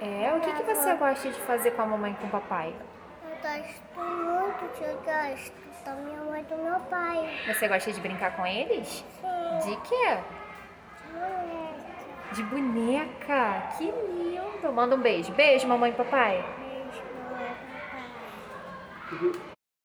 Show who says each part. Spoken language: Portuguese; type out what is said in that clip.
Speaker 1: É, o que, que você gosta de fazer com a mamãe e com o papai?
Speaker 2: Eu gosto muito que eu gosto da minha mãe e do meu pai.
Speaker 1: Você gosta de brincar com eles?
Speaker 2: Sim.
Speaker 1: De quê?
Speaker 2: Moleque.
Speaker 1: De boneca. Que lindo. Manda um beijo. Beijo, mamãe e papai.
Speaker 2: é Beijo, mamãe e papai.
Speaker 3: Uhum.